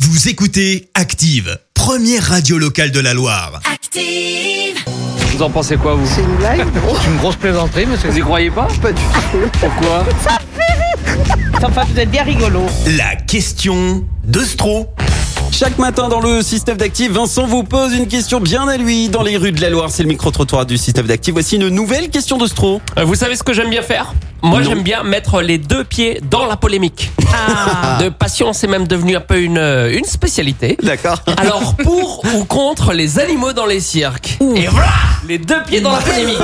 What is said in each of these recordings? Vous écoutez Active, première radio locale de la Loire. Active. Vous en pensez quoi, vous C'est une blague C'est une grosse plaisanterie, monsieur. Vous y croyez pas Pas du tout. Pourquoi Enfin, vous êtes bien rigolo. La question de Stro. Chaque matin dans le système d'active, Vincent vous pose une question bien à lui dans les rues de la Loire. C'est le micro-trottoir du système d'active. Voici une nouvelle question de Stro. Euh, Vous savez ce que j'aime bien faire Moi, Non. j'aime bien mettre les deux pieds dans la polémique. De patience, c'est même devenu un peu une, euh, une spécialité. D'accord. Alors, pour ou contre les animaux dans les cirques Et voilà Les deux pieds dans la polémique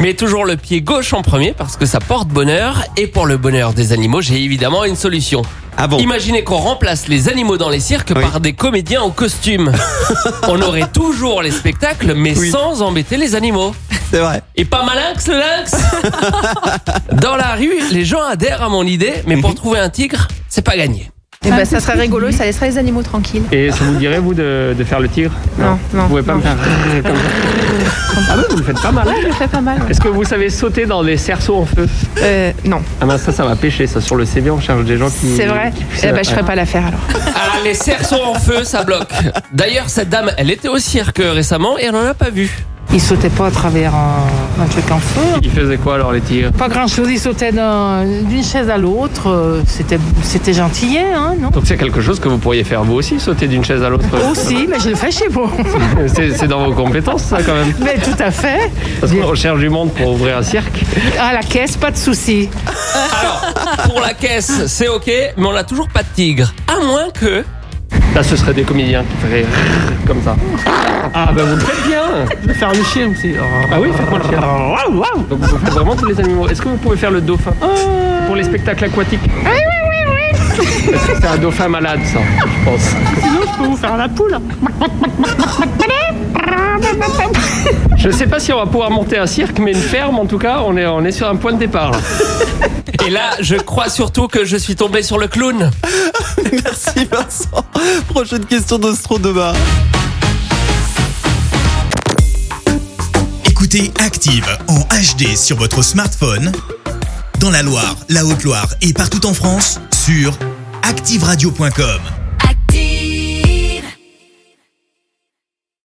Mais toujours le pied gauche en premier parce que ça porte bonheur. Et pour le bonheur des animaux, j'ai évidemment une solution. Ah bon Imaginez qu'on remplace les animaux dans les cirques Oui. par des comédiens en costume. On aurait toujours les spectacles, mais Oui. sans embêter les animaux. C'est vrai. Et pas malinx le lynx Dans la rue, les gens adhèrent à mon idée, mais pour trouver un tigre, c'est pas gagné. Eh Ah, ben, ça serait rigolo et ça laisserait les animaux tranquilles. Et ça vous dirait, vous, de, de faire le tigre Non, non, Vous pouvez pas non. me faire rrrr comme ça Ah ouais, vous le faites pas mal. Ouais, je le fais pas mal. ouais. Est-ce que vous savez sauter dans des cerceaux en feu Euh, non, Ah mince, ça, ça va pêcher, ça. Sur le CV, on cherche des gens qui. c'est vrai. qui puissent- Eh ben, je ferais pas l'affaire alors. Ah, les cerceaux en feu, ça bloque. D'ailleurs, cette dame, elle était au cirque récemment et elle en a pas vu. Ils sautaient pas à travers un, un truc en feu. Ils faisaient quoi, alors, les tigres Pas grand chose, ils sautaient d'un- d'une chaise à l'autre. euh, C'était, c'était gentillet, hein, non Donc c'est quelque chose que vous pourriez faire vous aussi, sauter d'une chaise à l'autre. Aussi, mais je le fais chez moi. C'est c'est dans vos compétences, ça, quand même. Mais tout à fait. Parce qu'on cherche du monde pour ouvrir un cirque. À la caisse, pas de souci. Alors, pour la caisse, c'est ok, mais on n'a toujours pas de tigre. À moins que. Là, ce serait des comédiens qui feraient rrrr comme ça. Ah, bah vous le faites bien Je vais faire le chien aussi. Ah oui, faites-moi le chien. Donc vous faites vraiment tous les animaux. Est-ce que vous pouvez faire le dauphin Pour les spectacles aquatiques Oh. Ah Oui, oui, oui, oui C'est un dauphin malade, ça, je pense. Sinon, je peux vous faire la poule. Je sais pas si on va pouvoir monter un cirque, mais une ferme, en tout cas, on est, on est sur un point de départ. là. Et là, je crois surtout que je suis tombé sur le clown. Merci Vincent. Prochaine question de Stro demain. Écoutez Active en HD sur votre smartphone, dans la Loire, la Haute-Loire et partout en France, sur activeradio.com.